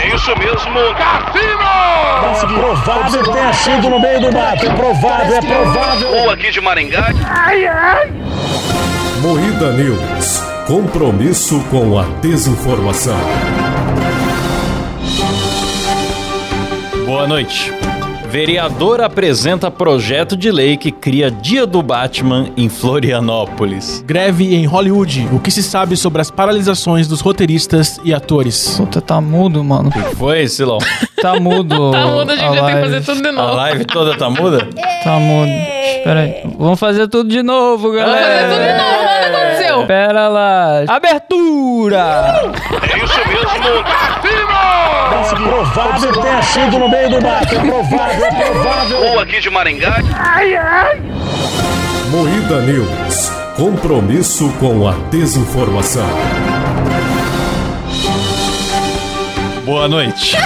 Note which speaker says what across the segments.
Speaker 1: É isso mesmo, Cassino!
Speaker 2: Mas provável tenha sido no meio do mato. É provável, é provável.
Speaker 1: Ou aqui de Maringá.
Speaker 3: Moída News. Compromisso com a desinformação.
Speaker 4: Boa noite. Vereador apresenta projeto de lei que cria Dia do Batman em Florianópolis.
Speaker 5: Greve em Hollywood. O que se sabe sobre as paralisações dos roteiristas e atores?
Speaker 6: Puta, tá mudo, mano.
Speaker 4: Foi, Silão?
Speaker 6: Tá mudo.
Speaker 7: Tá mudo, a gente já tem que fazer tudo de
Speaker 4: A
Speaker 7: novo.
Speaker 4: live toda tá muda?
Speaker 6: Tá mudo. Espera aí. Vamos fazer tudo de novo, galera.
Speaker 7: Tudo de novo, nada aconteceu. Ah,
Speaker 6: Pera lá. Abertura!
Speaker 1: É isso mesmo, Cassino!
Speaker 2: Mas é provável tenha sido no meio do mato. É provável, é provável.
Speaker 1: Ou aqui de Maringá.
Speaker 3: Moída News. Compromisso com a desinformação.
Speaker 4: Boa noite.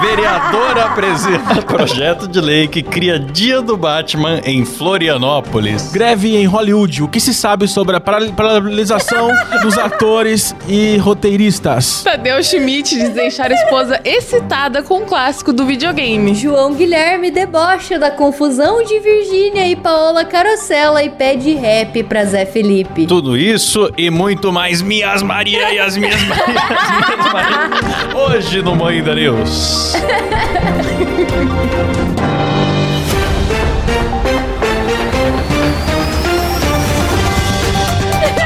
Speaker 4: Vereador apresenta projeto de lei que cria Dia do Batman em Florianópolis.
Speaker 5: Greve em Hollywood. O que se sabe sobre a paral- paralisação dos atores e roteiristas?
Speaker 7: Tadeu Schmidt diz deixar a esposa excitada com o clássico do videogame.
Speaker 8: João Guilherme debocha da confusão de Virgínia e Paola Carosella e pede rap pra Zé Felipe.
Speaker 4: Tudo isso e muito mais minhas Maria e as minhas Maria. as minhas Maria. Hoje no Moída News.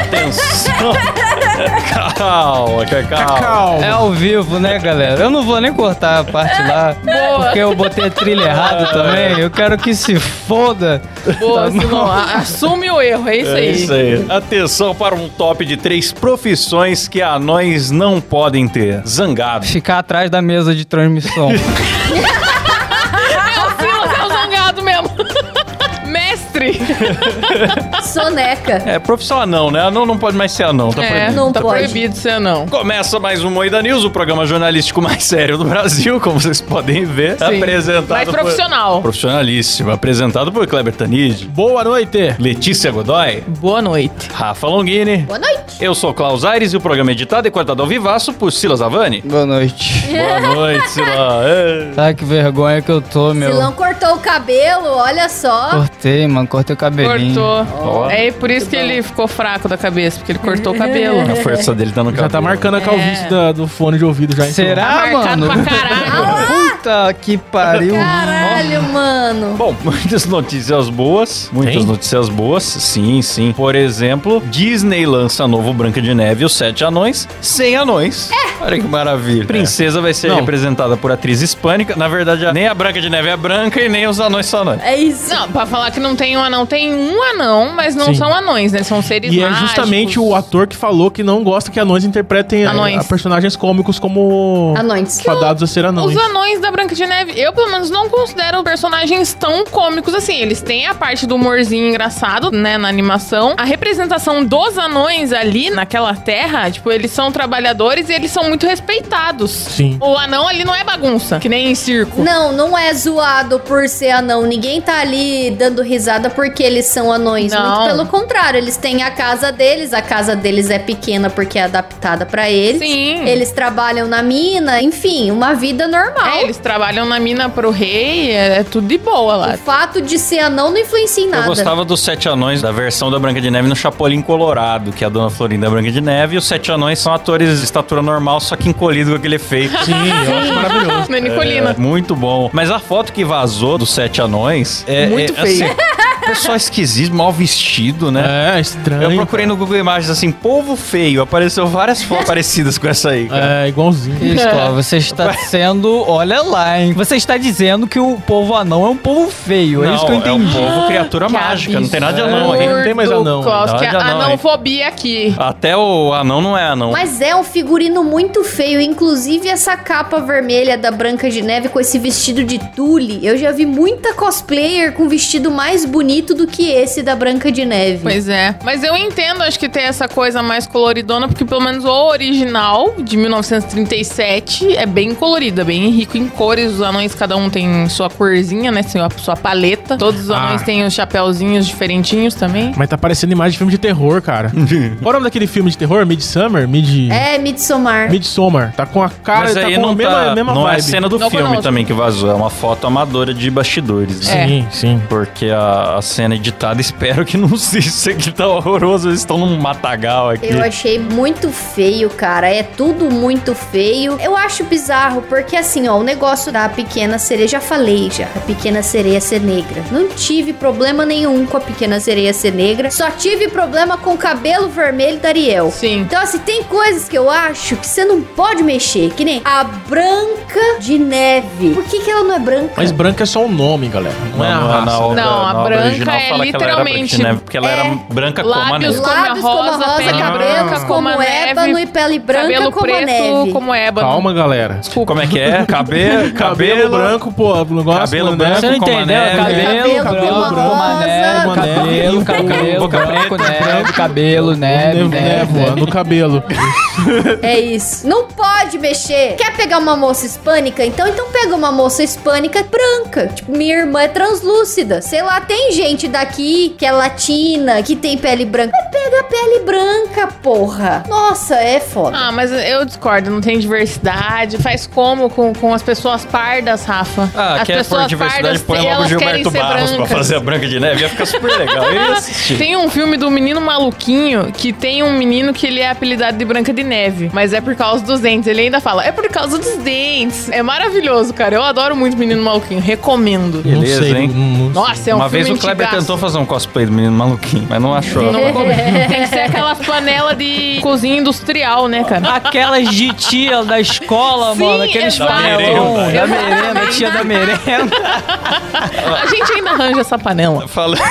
Speaker 4: Atenção. Calma, calma.
Speaker 5: Calma.
Speaker 6: É ao vivo, né, galera? Eu não vou nem cortar a parte lá. Porque eu botei a trilha errada também. Eu quero que se foda.
Speaker 7: Boa, Simão, a- assume o erro, é isso
Speaker 4: É
Speaker 7: aí.
Speaker 4: isso aí. Atenção para um top de três profissões que anões não podem ter. Zangado.
Speaker 6: Ficar atrás da mesa de transmissão.
Speaker 7: Silas é o zangado mesmo. Mestre.
Speaker 8: Soneca.
Speaker 4: É, profissão anão, né? Anão não pode mais ser anão, tá
Speaker 7: É,
Speaker 4: proibido.
Speaker 8: Não
Speaker 7: tá
Speaker 8: pode.
Speaker 7: proibido ser não.
Speaker 4: Começa mais um Moída News, o programa jornalístico mais sério do Brasil, como vocês podem ver.
Speaker 7: Sim.
Speaker 4: Apresentado
Speaker 7: Mais
Speaker 4: por-
Speaker 7: profissional.
Speaker 4: Profissionalíssimo. Apresentado por Kleber Tanid,
Speaker 5: Boa noite.
Speaker 4: Letícia Godoy,
Speaker 7: Boa noite.
Speaker 4: Rafa Longini.
Speaker 8: Boa noite.
Speaker 4: Eu sou Klaus Aires e o programa é editado e cortado ao vivaço por Silas Avani.
Speaker 6: Boa noite.
Speaker 4: Boa noite, Silas. É.
Speaker 6: Tá, que vergonha que eu tô, meu.
Speaker 8: Silão cortou o cabelo, olha só.
Speaker 6: Cortei, mano. Cortei o cabelinho.
Speaker 7: Cortou. É por isso que ele ficou fraco da cabeça, porque ele cortou o cabelo.
Speaker 4: A força dele tá no cabelo.
Speaker 5: Já tá marcando a
Speaker 7: É.
Speaker 5: calvície da- do fone de ouvido já. então.
Speaker 6: Será,
Speaker 7: Tá Marcado
Speaker 6: Ah, mano?
Speaker 7: pra caralho.
Speaker 6: Puta que pariu.
Speaker 8: Caralho, mano.
Speaker 4: Bom, muitas notícias boas. Muitas
Speaker 5: Tem?
Speaker 4: notícias boas, sim, sim. Por exemplo, Disney lança novo Branca de Neve e os Sete Anões sem anões. É. Olha que maravilha. Princesa vai ser
Speaker 5: Não.
Speaker 4: representada por atriz hispânica. Na verdade, nem a Branca de Neve é branca e nem os anões são anões.
Speaker 8: É isso.
Speaker 7: Não, pra falar que não tem um anão, tem um anão, mas não
Speaker 5: Sim.
Speaker 7: são anões, né? São seres
Speaker 5: E é
Speaker 7: mágicos.
Speaker 5: justamente o ator que falou que não gosta que anões interpretem a-
Speaker 7: Anões.
Speaker 5: a personagens cômicos como
Speaker 8: Anões.
Speaker 7: um
Speaker 5: fadados a ser anões.
Speaker 7: Os anões da Branca de Neve, eu pelo menos não considero personagens tão cômicos assim. Eles têm a parte do humorzinho engraçado, né, na animação. A representação dos anões ali naquela terra, tipo, eles são trabalhadores e eles são muito respeitados.
Speaker 5: Sim.
Speaker 7: O anão ali não é bagunça, que nem em circo.
Speaker 8: Não, não é zoado por ser anão. Ninguém tá ali dando risada porque eles são anões.
Speaker 7: Não.
Speaker 8: Muito pelo contrário, eles têm a casa deles. A casa deles é pequena porque é adaptada pra eles.
Speaker 7: Sim.
Speaker 8: Eles trabalham na mina, enfim, uma vida normal.
Speaker 7: É, eles trabalham na mina pro rei, é, é tudo de boa lá.
Speaker 8: O fato de ser anão não influencia em
Speaker 4: Eu
Speaker 8: nada.
Speaker 4: gostava dos Sete Anões, da versão da Branca de Neve no Chapolin Colorado, que é a Dona Florinda Branca de Neve. E os Sete Anões são atores de estatura normal, só que encolhido com aquele efeito.
Speaker 5: Sim, eu acho maravilhoso.
Speaker 7: Na Nicolina.
Speaker 4: É, muito bom. Mas a foto que vazou dos sete anões é.
Speaker 7: Muito
Speaker 4: é, assim, pessoal esquisito, mal vestido, né?
Speaker 5: É,
Speaker 4: Eu
Speaker 5: estranho.
Speaker 4: procurei no Google Imagens assim, povo feio. Apareceu várias fotos parecidas com essa aí. cara.
Speaker 5: É, igualzinho.
Speaker 6: Cristóvão, você está sendo. Olha lá, hein? Você está dizendo que o povo anão é um povo feio. é isso que eu
Speaker 4: Não, é um
Speaker 6: entendi.
Speaker 4: povo criatura
Speaker 7: Que
Speaker 4: mágica, não tem nada de
Speaker 7: absurdo,
Speaker 4: anão aí.
Speaker 5: não tem mais anão.
Speaker 7: Klaus,
Speaker 4: Nada
Speaker 7: que é
Speaker 4: de anão, hein?
Speaker 7: anãofobia aqui.
Speaker 4: Até o anão não é anão.
Speaker 8: Mas é um figurino muito feio, inclusive essa capa vermelha da Branca de Neve com esse vestido de tule. Eu já vi muita cosplayer com vestido mais bonito do que esse da Branca de Neve.
Speaker 7: Pois é. Mas eu entendo, acho que ter essa coisa mais coloridona, porque pelo menos o original, de 1937, é bem colorido, é bem rico em cores. Os anões, cada um tem sua corzinha, né? Sua, sua paleta. Todos os
Speaker 5: Ah.
Speaker 7: anões têm os chapéuzinhos diferentinhos também.
Speaker 5: Mas tá parecendo imagem de filme de terror, cara. Qual é o nome daquele filme de terror? Midsummer? Mid...
Speaker 8: É, Midsommar.
Speaker 5: Midsommar. Tá com a cara,
Speaker 4: Mas
Speaker 5: tá
Speaker 4: aí
Speaker 5: com a
Speaker 4: não,
Speaker 5: mesma,
Speaker 4: tá,
Speaker 5: mesma
Speaker 4: não
Speaker 5: vibe.
Speaker 4: é cena do
Speaker 7: Não foi
Speaker 4: filme
Speaker 7: não.
Speaker 4: também que vazou, é uma foto amadora de bastidores, né?
Speaker 7: É.
Speaker 5: Sim, sim.
Speaker 4: Porque a, a cena editada, espero que não seja isso aqui tá horroroso, eles estão num matagal aqui.
Speaker 8: Eu achei muito feio, cara. É tudo muito feio. Eu acho bizarro, porque assim, ó, o negócio da pequena sereia, já falei já, a pequena sereia ser negra. Não tive problema nenhum com a pequena sereia ser negra. Só tive problema com o cabelo vermelho da Ariel.
Speaker 7: Sim.
Speaker 8: Então, assim, tem coisas que eu acho que você não pode mexer, que nem a branca de neve. Por que, que ela não é branca?
Speaker 5: Mas branca é só o nome, galera. Não, é a
Speaker 4: Não,
Speaker 5: raça.
Speaker 4: na obra-
Speaker 7: Não, a
Speaker 4: na obra
Speaker 7: branca
Speaker 4: original
Speaker 7: é
Speaker 4: fala que ela era branca de
Speaker 7: literalmente- é
Speaker 4: neve, porque ela era branca como a
Speaker 7: Lábios
Speaker 4: neve.
Speaker 7: como a
Speaker 8: Lábios como a
Speaker 7: rosa,
Speaker 8: rosa,
Speaker 7: pele branca
Speaker 8: cabelos
Speaker 7: como
Speaker 8: como,
Speaker 7: a neve,
Speaker 8: ébano e pele branca
Speaker 7: Cabelo
Speaker 8: como a
Speaker 7: preto
Speaker 8: neve.
Speaker 7: como ébano.
Speaker 5: Calma, galera.
Speaker 7: Desculpa.
Speaker 4: Como é que é? Cabelo, cabelo,
Speaker 5: Cabelo branco, pô, o negócio
Speaker 4: Cabelo
Speaker 5: né?
Speaker 4: branco.
Speaker 6: Você não
Speaker 4: com uma
Speaker 6: entendeu?
Speaker 4: neve.
Speaker 6: Cabelo,
Speaker 8: Cabelo, cabelo
Speaker 6: branco,
Speaker 8: rosa,
Speaker 6: mané,
Speaker 5: boca
Speaker 6: cabelo, cabelo,
Speaker 5: branca,
Speaker 6: cabelo,
Speaker 4: boca
Speaker 6: branco,
Speaker 4: preta,
Speaker 6: neve, cabelo, neve,
Speaker 5: Nevo-
Speaker 6: neve,
Speaker 5: névoa
Speaker 6: neve.
Speaker 5: no né, cabelo.
Speaker 8: É isso. Não pode mexer. Quer pegar uma moça hispânica? Então, então pega uma moça hispânica branca. Tipo, minha irmã é translúcida. Sei lá, tem gente daqui que é latina, que tem pele branca. Mas pega a pele branca, porra. Nossa, é foda.
Speaker 7: Ah, mas eu discordo, não tem diversidade. Faz como com, com as pessoas pardas, Rafa?
Speaker 4: Ah,
Speaker 7: as
Speaker 4: quer pôr
Speaker 7: pessoas
Speaker 4: diversidade, põe
Speaker 7: elas
Speaker 4: logo o
Speaker 7: querem
Speaker 4: Gilberto
Speaker 7: ser
Speaker 4: Barros pra
Speaker 7: brancas.
Speaker 4: fazer a Branca de Neve, ia ficar super legal. Eu ia assistir.
Speaker 7: Tem um filme do Menino Maluquinho que tem um menino que ele é apelidado de Branca de Neve, mas é por causa dos dentes. Ele ainda fala, é por causa dos dentes. É maravilhoso, cara. Eu adoro muito Menino Maluquinho, recomendo.
Speaker 4: Beleza,
Speaker 5: não sei,
Speaker 4: hein?
Speaker 5: não- não-
Speaker 7: Nossa, é um
Speaker 4: Uma
Speaker 7: filme
Speaker 4: vez o Kleber
Speaker 7: antigaço.
Speaker 4: tentou fazer um cosplay do menino maluquinho, mas não achou.
Speaker 7: Não come. Tem que ser aquelas panelas de cozinha industrial, né, cara?
Speaker 6: Aquelas de tia da escola,
Speaker 7: Sim,
Speaker 6: mano, aqueles
Speaker 7: exato.
Speaker 6: marrom,
Speaker 4: Da
Speaker 6: da
Speaker 7: merenda.
Speaker 6: merenda, tia da merenda.
Speaker 7: A gente ainda arranja essa panela.
Speaker 4: Fala-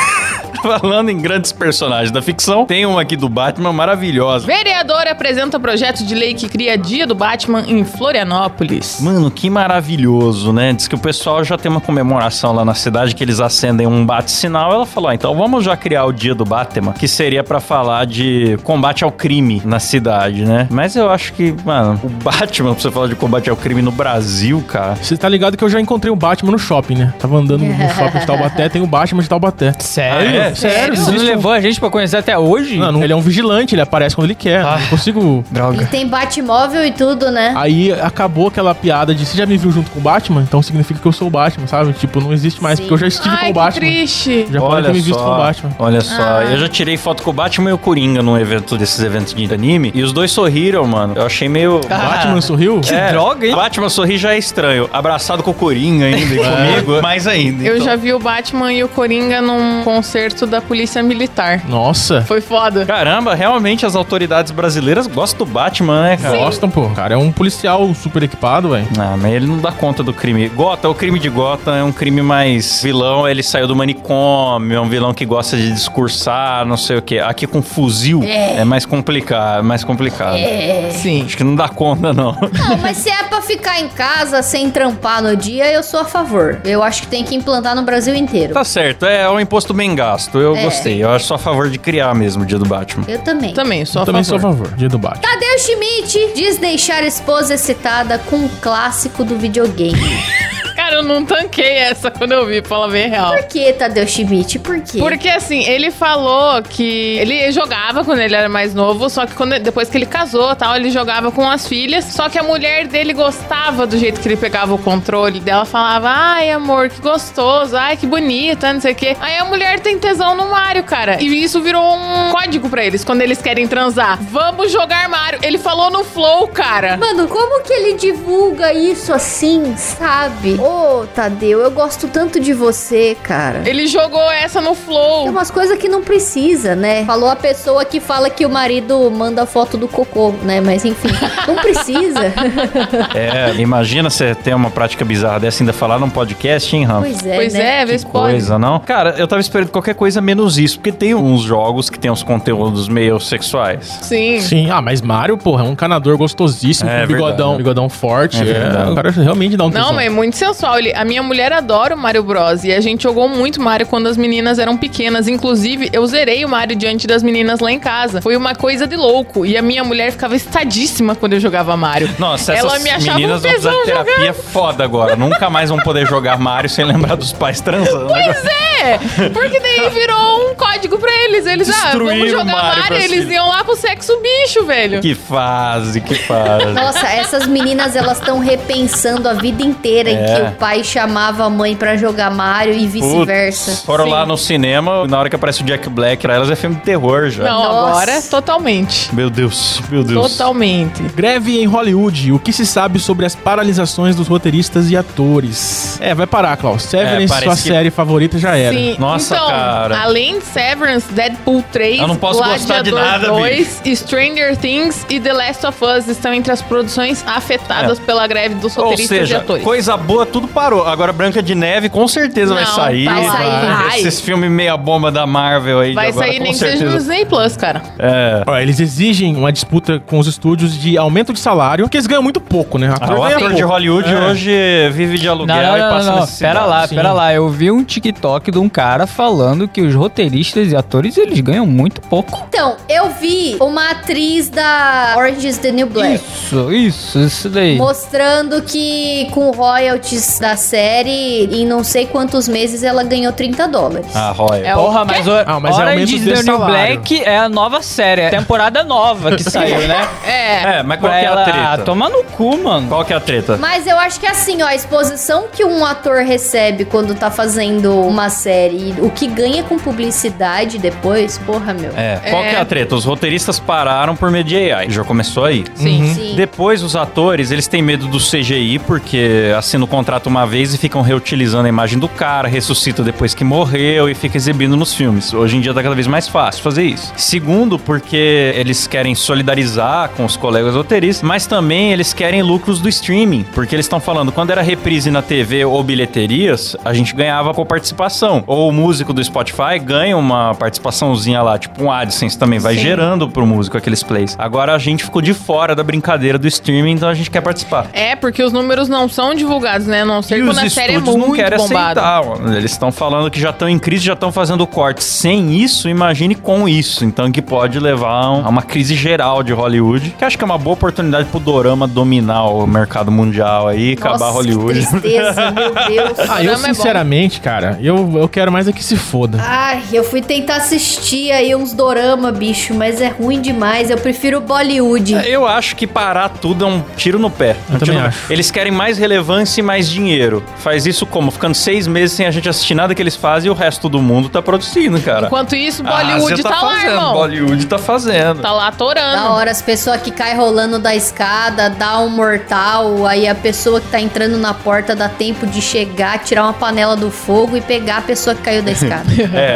Speaker 4: Falando em grandes personagens da ficção, tem uma aqui do Batman maravilhosa.
Speaker 7: Vereador apresenta projeto de lei que cria Dia do Batman em Florianópolis.
Speaker 4: Mano, que maravilhoso, né? Diz que o pessoal já tem uma comemoração lá na cidade que eles acendem um bate-sinal. Ela falou: ah, então vamos já criar o dia do Batman, que seria pra falar de combate ao crime na cidade, né? Mas eu acho que, mano, o Batman, pra você falar de combate ao crime no Brasil, cara.
Speaker 5: Você tá ligado que eu já encontrei um Batman no shopping, né? Tava andando no shopping de Taubaté, tem um Batman de Taubaté.
Speaker 4: Ah, é?
Speaker 6: Sério?
Speaker 5: Sério?
Speaker 6: Você não
Speaker 5: Existe um-
Speaker 6: levou a gente pra conhecer até hoje?
Speaker 5: Não, não- ele é um vigilante, ele aparece quando ele quer.
Speaker 4: Ah.
Speaker 5: Não consigo.
Speaker 8: Ele
Speaker 6: Droga.
Speaker 8: tem Batmóvel e tudo, né?
Speaker 5: Aí acabou aquela piada de você já me viu junto com o Batman, então significa que eu sou o Batman, sabe? Tipo, não existe mais,
Speaker 8: Sim.
Speaker 5: porque eu já estive
Speaker 7: Ai,
Speaker 5: com o
Speaker 7: que
Speaker 5: Batman.
Speaker 7: triste.
Speaker 5: Já pode ter me visto com o Batman.
Speaker 4: Olha só,
Speaker 7: Ah.
Speaker 4: eu já tirei foto com o Batman e o Coringa num evento desses eventos de anime. E os dois sorriram, mano. Eu achei meio.
Speaker 7: Ah.
Speaker 4: É,
Speaker 5: Batman sorriu?
Speaker 6: Que droga, hein?
Speaker 4: Batman sorrir já é estranho. Abraçado com o Coringa ainda e
Speaker 5: É.
Speaker 4: comigo. Mais ainda.
Speaker 7: Eu
Speaker 4: então.
Speaker 7: já vi o Batman e o Coringa num concerto da Polícia Militar.
Speaker 5: Nossa.
Speaker 7: Foi foda.
Speaker 4: Caramba, realmente as autoridades brasileiras gostam do Batman, né, cara?
Speaker 5: Gostam, pô. O Cara, é um policial super equipado, velho.
Speaker 4: Ah, mas ele não dá conta do crime. Gota, o crime de Gota é um crime mais vilão. Ele saiu do manicômio, é um vilão que gosta de discursar, não sei o quê. Aqui com fuzil é, mais complicado, é mais complicado.
Speaker 7: Sim.
Speaker 4: Acho que não dá conta, não.
Speaker 8: Não, mas se é pra ficar em casa sem trampar no dia, eu sou a favor. Eu acho que tem que implantar no Brasil inteiro.
Speaker 4: Tá certo, é um imposto bem gasto. Eu gostei. Eu sou a favor de criar mesmo o dia do Batman.
Speaker 8: Eu também.
Speaker 7: Também, só
Speaker 5: Também
Speaker 7: a
Speaker 5: sou a
Speaker 7: favor.
Speaker 5: favor. Dia do Batman.
Speaker 8: Tadeu Schmidt diz deixar esposa excitada com um clássico do videogame.
Speaker 7: Cara, eu não tanquei essa quando eu vi, pra ela ver real.
Speaker 8: Por que, Tadeu Schmidt? Por quê?
Speaker 7: Porque assim, ele falou que ele jogava quando ele era mais novo, só que quando, depois que ele casou tal, ele jogava com as filhas. Só que a mulher dele gostava do jeito que ele pegava o controle dela, falava: Ai, amor, que gostoso, ai, que bonita, não sei o quê. Aí a mulher tem tesão no Mario, cara. E isso virou um código pra eles quando eles querem transar. Vamos jogar Mario. Ele falou no Flow, cara.
Speaker 8: Mano, como que ele divulga isso assim, sabe? Ô, Tadeu, eu gosto tanto de você, cara.
Speaker 7: Ele jogou essa no Flow.
Speaker 8: Tem umas coisas que não precisa, né? Falou a pessoa que fala que o marido manda foto do cocô, né? Mas enfim, não precisa.
Speaker 4: É, imagina você ter uma prática bizarra dessa e ainda falar num podcast, hein, Rafa?
Speaker 8: pois é,
Speaker 7: pois
Speaker 8: né?
Speaker 7: é, vê se pode.
Speaker 4: Coisa, não? Cara, eu tava esperando qualquer coisa menos isso, porque tem uns jogos que tem uns conteúdos meio sexuais.
Speaker 7: Sim.
Speaker 5: Sim, ah, mas Mario, porra, é um canador gostosíssimo,
Speaker 4: É
Speaker 5: com bigodão,
Speaker 4: verdade.
Speaker 5: bigodão forte.
Speaker 4: É
Speaker 5: É,
Speaker 4: verdade.
Speaker 5: o cara realmente dá um
Speaker 7: Não,
Speaker 5: tesão.
Speaker 7: mas é muito sensual. pessoal, ele, a minha mulher adora o Mario Bros. E a gente jogou muito Mario quando as meninas eram pequenas. Inclusive, eu zerei o Mario diante das meninas lá em casa. Foi uma coisa de louco. E a minha mulher ficava estadíssima quando eu jogava Mario.
Speaker 4: Nossa,
Speaker 7: Ela
Speaker 4: essas
Speaker 7: me achava
Speaker 4: meninas
Speaker 7: um
Speaker 4: vão precisar
Speaker 7: tesão
Speaker 4: de terapia
Speaker 7: jogando.
Speaker 4: foda agora. Nunca mais vão poder jogar Mario sem lembrar dos pais transando.
Speaker 7: Pois é! Porque daí virou um código pra eles. Eles, ah,
Speaker 4: Destruíram
Speaker 7: vamos jogar
Speaker 4: o Mario
Speaker 7: Mario.
Speaker 4: pras
Speaker 7: eles
Speaker 4: filhas.
Speaker 7: iam lá pro sexo bicho, velho.
Speaker 4: Que fase, que fase.
Speaker 8: Nossa, essas meninas elas estão repensando a vida inteira em
Speaker 4: É.
Speaker 8: que o pai chamava a mãe pra jogar Mario e
Speaker 4: Putz,
Speaker 8: vice-versa.
Speaker 4: Foram lá no cinema, na hora que aparece o Jack Black, pra elas é filme de terror já.
Speaker 7: Não,
Speaker 8: Nossa.
Speaker 7: agora, totalmente.
Speaker 4: Meu Deus, meu Deus.
Speaker 7: Totalmente.
Speaker 5: Greve em Hollywood. O que se sabe sobre as paralisações dos roteiristas e atores? É, vai parar, Klaus. Severance,
Speaker 4: É, parece
Speaker 5: sua
Speaker 4: que-
Speaker 5: série favorita, já era.
Speaker 7: Sim.
Speaker 4: Nossa,
Speaker 7: então,
Speaker 4: cara.
Speaker 7: além de Severance, Deadpool 3,
Speaker 4: Eu não posso gostar
Speaker 7: Gladiador
Speaker 4: de nada,
Speaker 7: 2, Stranger Things e The Last of Us estão entre as produções afetadas pela greve dos
Speaker 4: É. Ou
Speaker 7: roteiristas e
Speaker 4: seja,
Speaker 7: atores.
Speaker 4: coisa boa, tudo parou. Agora Branca de Neve com certeza vai
Speaker 7: Não,
Speaker 4: sair.
Speaker 8: vai sair.
Speaker 7: Vai.
Speaker 4: Esses filmes meia bomba da Marvel aí de
Speaker 7: Vai
Speaker 4: agora,
Speaker 7: sair
Speaker 4: com
Speaker 7: nem que seja no
Speaker 4: certeza.
Speaker 7: Disney Plus, cara.
Speaker 4: É.
Speaker 5: Ó, eles exigem uma disputa com os estúdios de aumento de salário, porque eles ganham muito pouco, né?
Speaker 4: Ah, o
Speaker 5: ganha
Speaker 4: ator
Speaker 5: pouco.
Speaker 4: de Hollywood
Speaker 5: É.
Speaker 4: hoje vive de aluguel
Speaker 6: Não, não,
Speaker 4: e
Speaker 6: não,
Speaker 4: passa
Speaker 6: não, não.
Speaker 4: necessidade.
Speaker 6: Pera lá,
Speaker 5: sim.
Speaker 6: pera lá. Eu vi um TikTok de um cara falando que os roteiristas e atores, eles ganham muito pouco.
Speaker 8: Então, eu vi uma atriz da Orange is the New Black.
Speaker 6: Isso, isso, isso daí.
Speaker 8: Mostrando que com royalties da série, em não sei quantos meses, ela ganhou 30 dólares.
Speaker 4: Ah, Roy.
Speaker 7: É o
Speaker 6: Porra,
Speaker 7: quê?
Speaker 6: mas, o,
Speaker 5: Ah, mas é aumento
Speaker 6: Orange is
Speaker 5: de
Speaker 6: the New
Speaker 5: salário.
Speaker 6: Black é a nova série, é a temporada nova que saiu, né?
Speaker 7: É.
Speaker 4: É, mas qual
Speaker 6: Pra
Speaker 4: que é
Speaker 6: ela
Speaker 4: a treta?
Speaker 6: tomar no cu, mano.
Speaker 4: Qual que é a treta?
Speaker 8: Mas eu acho que assim, ó, a exposição que um ator recebe quando tá fazendo uma série, o que ganha com publicidade depois, porra, meu.
Speaker 4: É, qual que é a treta? Os roteiristas pararam por meio de AI. Já começou aí.
Speaker 7: Sim.
Speaker 8: Sim.
Speaker 4: Depois, os atores, eles têm medo do CGI, porque assinam o contrato uma vez e ficam reutilizando a imagem do cara, ressuscita depois que morreu e fica exibindo nos filmes. Hoje em dia tá cada vez mais fácil fazer isso. Segundo, porque eles querem solidarizar com os colegas roteiristas, mas também eles querem lucros do streaming, porque eles estão falando, quando era reprise na TV ou bilheterias, a gente ganhava com participação. Ou o músico do Spotify ganha uma participaçãozinha lá, tipo um AdSense também, vai
Speaker 7: Sim.
Speaker 4: gerando pro músico aqueles plays. Agora a gente ficou de fora da brincadeira do streaming, então a gente quer participar.
Speaker 7: É, porque os números não são divulgados, né? A não ser
Speaker 4: E
Speaker 7: quando
Speaker 4: os
Speaker 7: a série é
Speaker 4: estúdios não
Speaker 7: muito
Speaker 4: querem
Speaker 7: bombada.
Speaker 4: aceitar, mano. Eles estão falando que já estão em crise, já estão fazendo corte. Sem isso, imagine com isso. Então que pode levar a um- a uma crise geral de Hollywood, que acho que é uma boa oportunidade pro Dorama dominar o mercado mundial aí, acabar
Speaker 8: Nossa,
Speaker 4: Hollywood.
Speaker 8: Que tristeza, meu Deus.
Speaker 5: Ah, eu
Speaker 7: Dorama é bom.
Speaker 5: sinceramente, cara, eu, eu quero mais é que se foda.
Speaker 8: Ai, eu fui tentar assistir aí uns dorama, bicho, mas é ruim demais. Eu prefiro Bollywood.
Speaker 4: É, Eu acho que parar tudo é um tiro no pé.
Speaker 5: Eu
Speaker 4: Um tiro
Speaker 5: também
Speaker 4: no pé.
Speaker 5: acho.
Speaker 4: Eles querem mais relevância e mais dinheiro. Faz isso como? Ficando seis meses sem a gente assistir nada que eles fazem e o resto do mundo tá produzindo, cara.
Speaker 7: Enquanto isso,
Speaker 4: Ah,
Speaker 7: Bollywood
Speaker 4: você
Speaker 7: tá, lá,
Speaker 4: fazendo,
Speaker 7: irmão.
Speaker 4: Bollywood tá fazendo.
Speaker 7: Tá lá
Speaker 8: Da
Speaker 7: atorando.
Speaker 8: hora, as pessoas que caem rolando da escada, dá um mortal, aí a pessoa que tá entrando na porta dá tempo de chegar, tirar uma panela do fogo e pegar a pessoa que caiu da escada.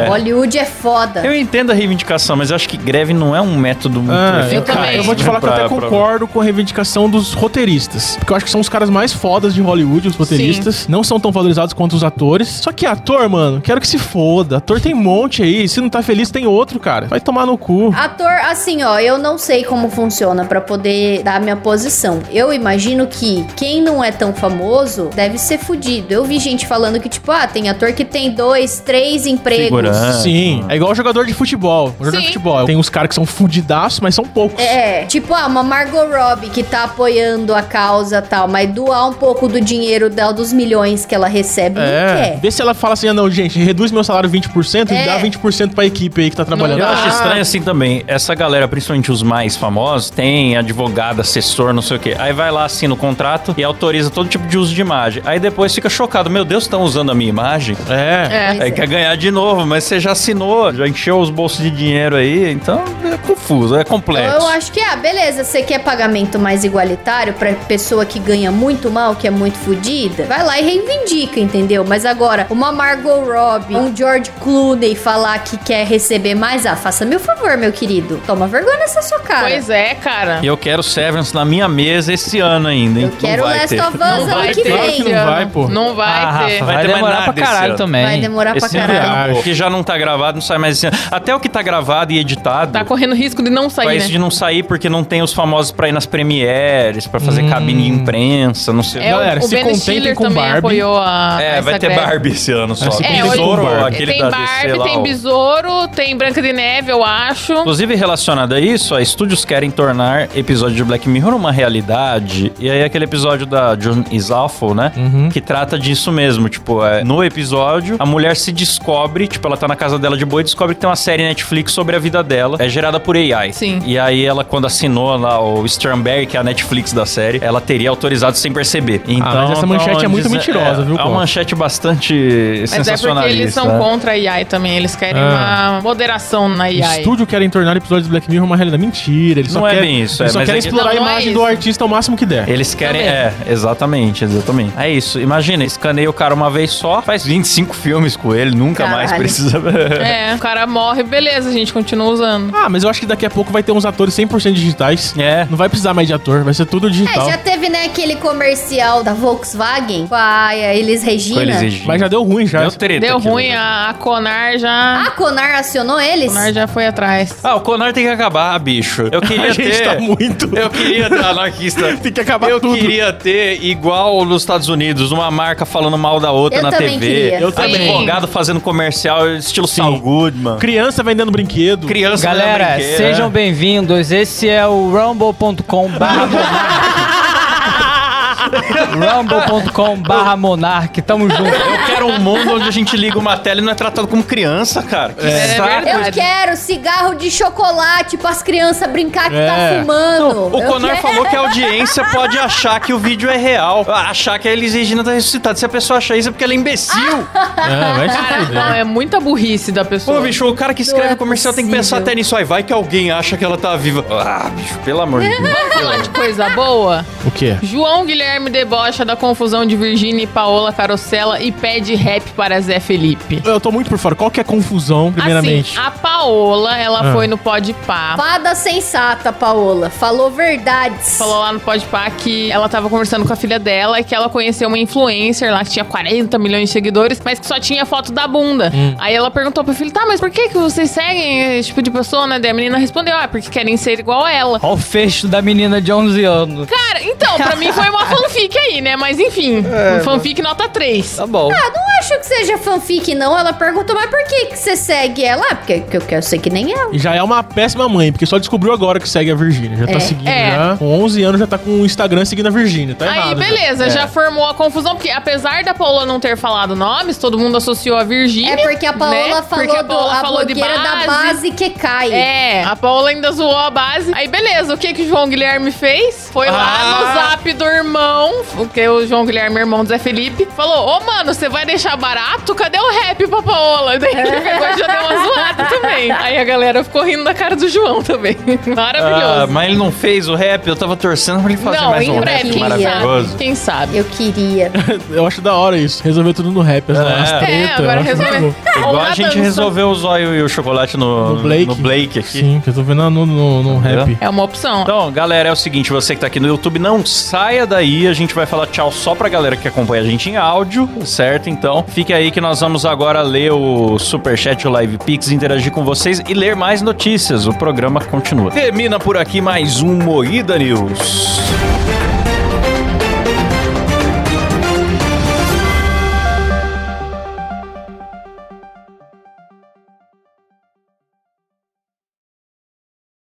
Speaker 8: Hollywood é foda.
Speaker 4: Eu entendo a reivindicação, mas eu acho que greve não é um método muito
Speaker 5: Ah,
Speaker 4: eficaz.
Speaker 5: eu,
Speaker 7: também.
Speaker 5: eu vou te falar que eu
Speaker 4: pra-
Speaker 5: até
Speaker 4: pra-
Speaker 5: concordo com a reivindicação dos roteiristas. Porque eu acho que são os caras mais fodas de Hollywood, os roteiristas. Não são tão valorizados quanto os atores. Só que ator, mano, quero que se foda. Ator tem um monte aí. Se não tá feliz, tem outro, cara. Vai tomar no cu.
Speaker 8: Ator, assim, ó, eu não sei como funciona pra poder dar minha posição. Eu imagino que quem não é tão famoso deve ser fudido. Eu vi gente falando que, tipo, ah, tem ator que tem dois, três empregos.
Speaker 4: Segurança.
Speaker 5: Sim, é igual jogador de futebol. O jogador
Speaker 7: Sim.
Speaker 5: de futebol. Tem uns caras que são fudidaços, mas são poucos.
Speaker 8: É, tipo, ah, uma Margot Robbie que tá apoiando a causa e tal, mas doar um pouco do dinheiro dela, dos milhões que ela recebe, não quer.
Speaker 5: É. Vê se ela fala assim, ah, não, gente, reduz meu salário 20%
Speaker 8: É.
Speaker 5: e dá 20% pra equipe aí que tá trabalhando.
Speaker 4: Eu
Speaker 7: dá.
Speaker 4: acho
Speaker 5: Ah,
Speaker 4: estranho assim também. Essa galera, principalmente os mais famosos, tem advogado, assessor, não sei o quê. Aí vai lá, assina o contrato e autoriza todo tipo de uso de imagem. Aí depois fica chocado. Meu Deus, estão usando a minha imagem?
Speaker 5: É.
Speaker 7: É.
Speaker 4: Aí quer ganhar de novo, mas você já assinou, já encheu os bolsos de dinheiro aí, então é confuso, é complexo.
Speaker 8: Eu acho que, ah, beleza, você quer pagamento mais igualitário pra pessoa que ganha muito mal, que é muito fodida? Vai lá e reivindica, entendeu? Mas agora, uma Margot Robbie, um George Clooney falar que quer receber mais, ah, faça meu favor, meu querido. Toma vergonha nessa sua cara.
Speaker 7: Pois é, cara.
Speaker 4: E eu quero Severance na minha mesa esse ano ainda, hein?
Speaker 8: Eu
Speaker 4: Não
Speaker 8: quero
Speaker 4: vai
Speaker 8: Last
Speaker 4: ter.
Speaker 8: of Us
Speaker 7: Não vai
Speaker 8: ano
Speaker 7: ter.
Speaker 8: que
Speaker 5: que
Speaker 8: vem.
Speaker 5: não vai, pô.
Speaker 7: Não vai
Speaker 6: Ah,
Speaker 7: ter.
Speaker 6: Rafa,
Speaker 4: Vai
Speaker 6: vai
Speaker 4: ter mais
Speaker 6: demorar
Speaker 4: nada
Speaker 6: pra
Speaker 4: esse
Speaker 6: caralho
Speaker 4: ano.
Speaker 6: também.
Speaker 8: Vai demorar pra
Speaker 4: Esse ano
Speaker 8: caralho.
Speaker 4: acabou. O que já não tá gravado, não sai mais esse ano. Até o que tá gravado e editado.
Speaker 7: Tá correndo risco de não
Speaker 4: Pra
Speaker 7: sair,
Speaker 4: isso
Speaker 7: né?
Speaker 4: de não sair porque não tem os famosos pra ir nas premieres, pra fazer cabine de imprensa, não sei.
Speaker 7: É, o-
Speaker 5: Galera,
Speaker 7: o
Speaker 5: se
Speaker 7: Benetinho
Speaker 5: Comentem
Speaker 7: Miller
Speaker 5: com
Speaker 7: também
Speaker 5: Barbie.
Speaker 7: apoiou a.
Speaker 4: É,
Speaker 7: a
Speaker 4: vai ter
Speaker 7: essa greve.
Speaker 4: Barbie esse ano só.
Speaker 5: É, se
Speaker 4: Tem
Speaker 7: É, hoje
Speaker 4: Besouro,
Speaker 5: tem Barbie.
Speaker 4: aquele
Speaker 7: tem
Speaker 4: da
Speaker 7: Barbie,
Speaker 4: DC lá,
Speaker 7: tem
Speaker 4: o-
Speaker 7: Besouro, tem Branca de Neve, eu acho.
Speaker 4: Inclusive, relacionado a isso, a estúdios querem tornar episódio de Black Mirror uma realidade. E aí, aquele episódio da June Isaffo, né?
Speaker 5: Uhum.
Speaker 4: Que trata disso mesmo. Tipo, é, no episódio, a mulher se descobre, tipo, ela tá na casa dela de boa e descobre que tem uma série Netflix sobre a vida dela. É gerada por AI.
Speaker 7: Sim.
Speaker 4: E aí, ela, quando assinou lá o Sternberg, que é a Netflix da série, ela teria autorizado sem perceber. Então,
Speaker 5: Ah, mas essa
Speaker 4: tão
Speaker 5: manchete é muito
Speaker 4: dizendo-
Speaker 5: mentirosa,
Speaker 4: é,
Speaker 5: viu,
Speaker 4: É
Speaker 5: Costa?
Speaker 4: uma manchete bastante
Speaker 7: Mas é porque
Speaker 4: sensacionalista.
Speaker 7: eles são
Speaker 4: né?
Speaker 7: contra a AI também. Eles querem
Speaker 5: Ah.
Speaker 7: uma moderação na
Speaker 5: O
Speaker 7: AI.
Speaker 5: estúdio querem tornar episódios de Black Mirror uma realidade. Mentira, eles só
Speaker 4: Não é
Speaker 5: querem,
Speaker 4: bem isso,
Speaker 5: eles
Speaker 4: é,
Speaker 5: só
Speaker 4: mas
Speaker 5: querem
Speaker 4: é que-
Speaker 5: explorar
Speaker 7: Não,
Speaker 5: a
Speaker 7: não é
Speaker 5: imagem
Speaker 7: isso.
Speaker 5: do artista ao máximo que der.
Speaker 4: Eles querem.
Speaker 7: Também.
Speaker 4: É, exatamente, exatamente. É isso. Imagina, escaneia o cara uma vez só, faz 25 filmes com ele, nunca mais
Speaker 8: Caralho.
Speaker 4: precisa.
Speaker 7: É, o cara morre, beleza, a gente continua usando.
Speaker 5: Ah, mas eu acho que daqui a pouco vai ter uns atores 100% digitais.
Speaker 4: É.
Speaker 5: Não vai precisar mais de ator, vai ser tudo
Speaker 8: É,
Speaker 5: digital.
Speaker 8: já teve, né, aquele comercial da Volkswagen com a Elis
Speaker 4: Com
Speaker 8: Regina.
Speaker 4: eles exigindo.
Speaker 5: Mas já deu ruim já.
Speaker 4: Deu treta. né?
Speaker 7: Deu
Speaker 4: aquilo.
Speaker 7: ruim, a, a Conar já.
Speaker 8: A Conar acionou eles?
Speaker 7: A Conar já foi atrás.
Speaker 4: Ah, o Conar tem que acabar, bicho. Eu queria
Speaker 5: A gente
Speaker 4: ter.
Speaker 5: tá muito.
Speaker 4: Eu queria ter anarquista.
Speaker 5: Tem que acabar
Speaker 4: eu
Speaker 5: tudo.
Speaker 4: queria ter, igual nos Estados Unidos, uma marca falando mal da outra
Speaker 8: Eu
Speaker 4: na
Speaker 8: também
Speaker 4: TV.
Speaker 8: queria. Eu
Speaker 7: também.
Speaker 4: Advogado fazendo comercial estilo Saul Goodman.
Speaker 5: Criança vendendo brinquedo.
Speaker 4: Criança não é
Speaker 6: Galera,
Speaker 4: brinquedo.
Speaker 6: sejam bem-vindos. Esse é o rumble.com barra monarch. rumble.com barra monarch. Tamo junto.
Speaker 4: Eu quero um mundo onde a gente liga uma tela e não é tratado como criança, cara. Que
Speaker 7: É
Speaker 4: saco.
Speaker 7: verdade.
Speaker 8: Eu quero cigarro de chocolate pras crianças brincar que
Speaker 5: É.
Speaker 8: tá fumando.
Speaker 4: O
Speaker 8: Eu
Speaker 4: Conar
Speaker 8: quero-
Speaker 4: falou que a audiência pode achar que o vídeo é real, achar que a Elis Regina tá ressuscitada. Se a pessoa achar isso é porque ela é imbecil.
Speaker 5: Ah, vai se
Speaker 7: Cara,
Speaker 5: fuder.
Speaker 7: não, é muita burrice da pessoa.
Speaker 4: Pô, bicho, o cara que escreve
Speaker 8: Não é
Speaker 4: comercial tem que pensar
Speaker 8: possível.
Speaker 4: até nisso. Aí vai que alguém acha que ela tá viva. Ah, bicho, pelo amor de Deus.
Speaker 7: Vamos falar de coisa boa?
Speaker 5: O quê?
Speaker 7: João Guilherme debocha da confusão de Virgínia e Paola Carosella e pede rap para Zé Felipe.
Speaker 5: Eu tô muito por fora. Qual que é a confusão, primeiramente?
Speaker 7: Assim, a Paola, ela
Speaker 5: Ah.
Speaker 7: foi no Podpah.
Speaker 8: Fada sensata, Paola. Falou verdades.
Speaker 7: Falou lá no Podpah que ela tava conversando com a filha dela e que ela conheceu uma influencer lá que tinha 40 milhões de seguidores, mas que só tinha foto da bunda.
Speaker 5: Hum.
Speaker 7: Aí ela perguntou pro filho, tá, mas por que que vocês seguem esse tipo de pessoa, né? Daí a menina respondeu, ah, porque querem ser igual ela.
Speaker 6: Olha o fecho da menina de 11 anos.
Speaker 7: Cara, então, pra mim foi uma fanfic aí, né? Mas enfim,
Speaker 5: É,
Speaker 7: um fanfic nota 3.
Speaker 6: Tá bom.
Speaker 8: Ah, não acho que seja fanfic, não. Ela perguntou, mas por que, que você segue ela? Ah, porque porque eu quero ser que nem ela.
Speaker 5: E Já é uma péssima mãe, porque só descobriu agora que segue a Virgínia. Já tá
Speaker 8: É.
Speaker 5: seguindo,
Speaker 7: É.
Speaker 5: já. Com 11 anos já tá com o Instagram seguindo a Virgínia.
Speaker 4: É
Speaker 5: Tá
Speaker 7: Aí,
Speaker 5: errado. já.
Speaker 7: beleza, já formou a confusão, porque apesar da Paola não ter falado nomes, todo mundo associou a Virgínia.
Speaker 8: É porque a Paola
Speaker 7: né?
Speaker 8: falou
Speaker 7: Porque a Paola
Speaker 8: do, a
Speaker 7: falou de
Speaker 8: blogueira da base que cai.
Speaker 7: É, a Paola ainda zoou a base. Aí, beleza, o que que o João Guilherme fez? Foi
Speaker 4: Ah!
Speaker 7: lá no zap do irmão, porque o João Guilherme é irmão do Zé Felipe, falou, ô mano, você vai deixar barato? Cadê o rap pra Paola? Daí ele
Speaker 8: É.
Speaker 7: pegou e já deu uma zoada também. Aí a galera ficou rindo da cara do João também.
Speaker 4: Ah,
Speaker 7: Maravilhoso.
Speaker 4: mas ele não fez o rap, eu tava torcendo pra ele fazer
Speaker 7: Não,
Speaker 4: mais
Speaker 7: em
Speaker 4: um
Speaker 7: breve,
Speaker 4: rap
Speaker 7: quem
Speaker 4: maravilhoso.
Speaker 7: sabe? Quem sabe?
Speaker 8: Eu queria.
Speaker 5: Eu acho da hora isso. Resolver tudo no rap. As, as
Speaker 4: É,
Speaker 5: treta,
Speaker 7: É, agora
Speaker 5: eu acho
Speaker 7: resolveu. É,
Speaker 5: muito bom.
Speaker 4: Igual
Speaker 7: Tá
Speaker 4: a gente resolveu o zóio e o chocolate no,
Speaker 5: No Blake.
Speaker 4: aqui.
Speaker 5: Sim, resolvendo no, no, no rap.
Speaker 7: É uma opção.
Speaker 4: Então, galera, é o seguinte, você que tá aqui no YouTube, não saia daí, a gente vai falar tchau só pra galera que acompanha a gente em áudio, certo? Então, fique aí que nós vamos agora ler o Superchat, o Live Pix, interagir com vocês e ler mais notícias. O programa continua. Termina por aqui mais um Moída News.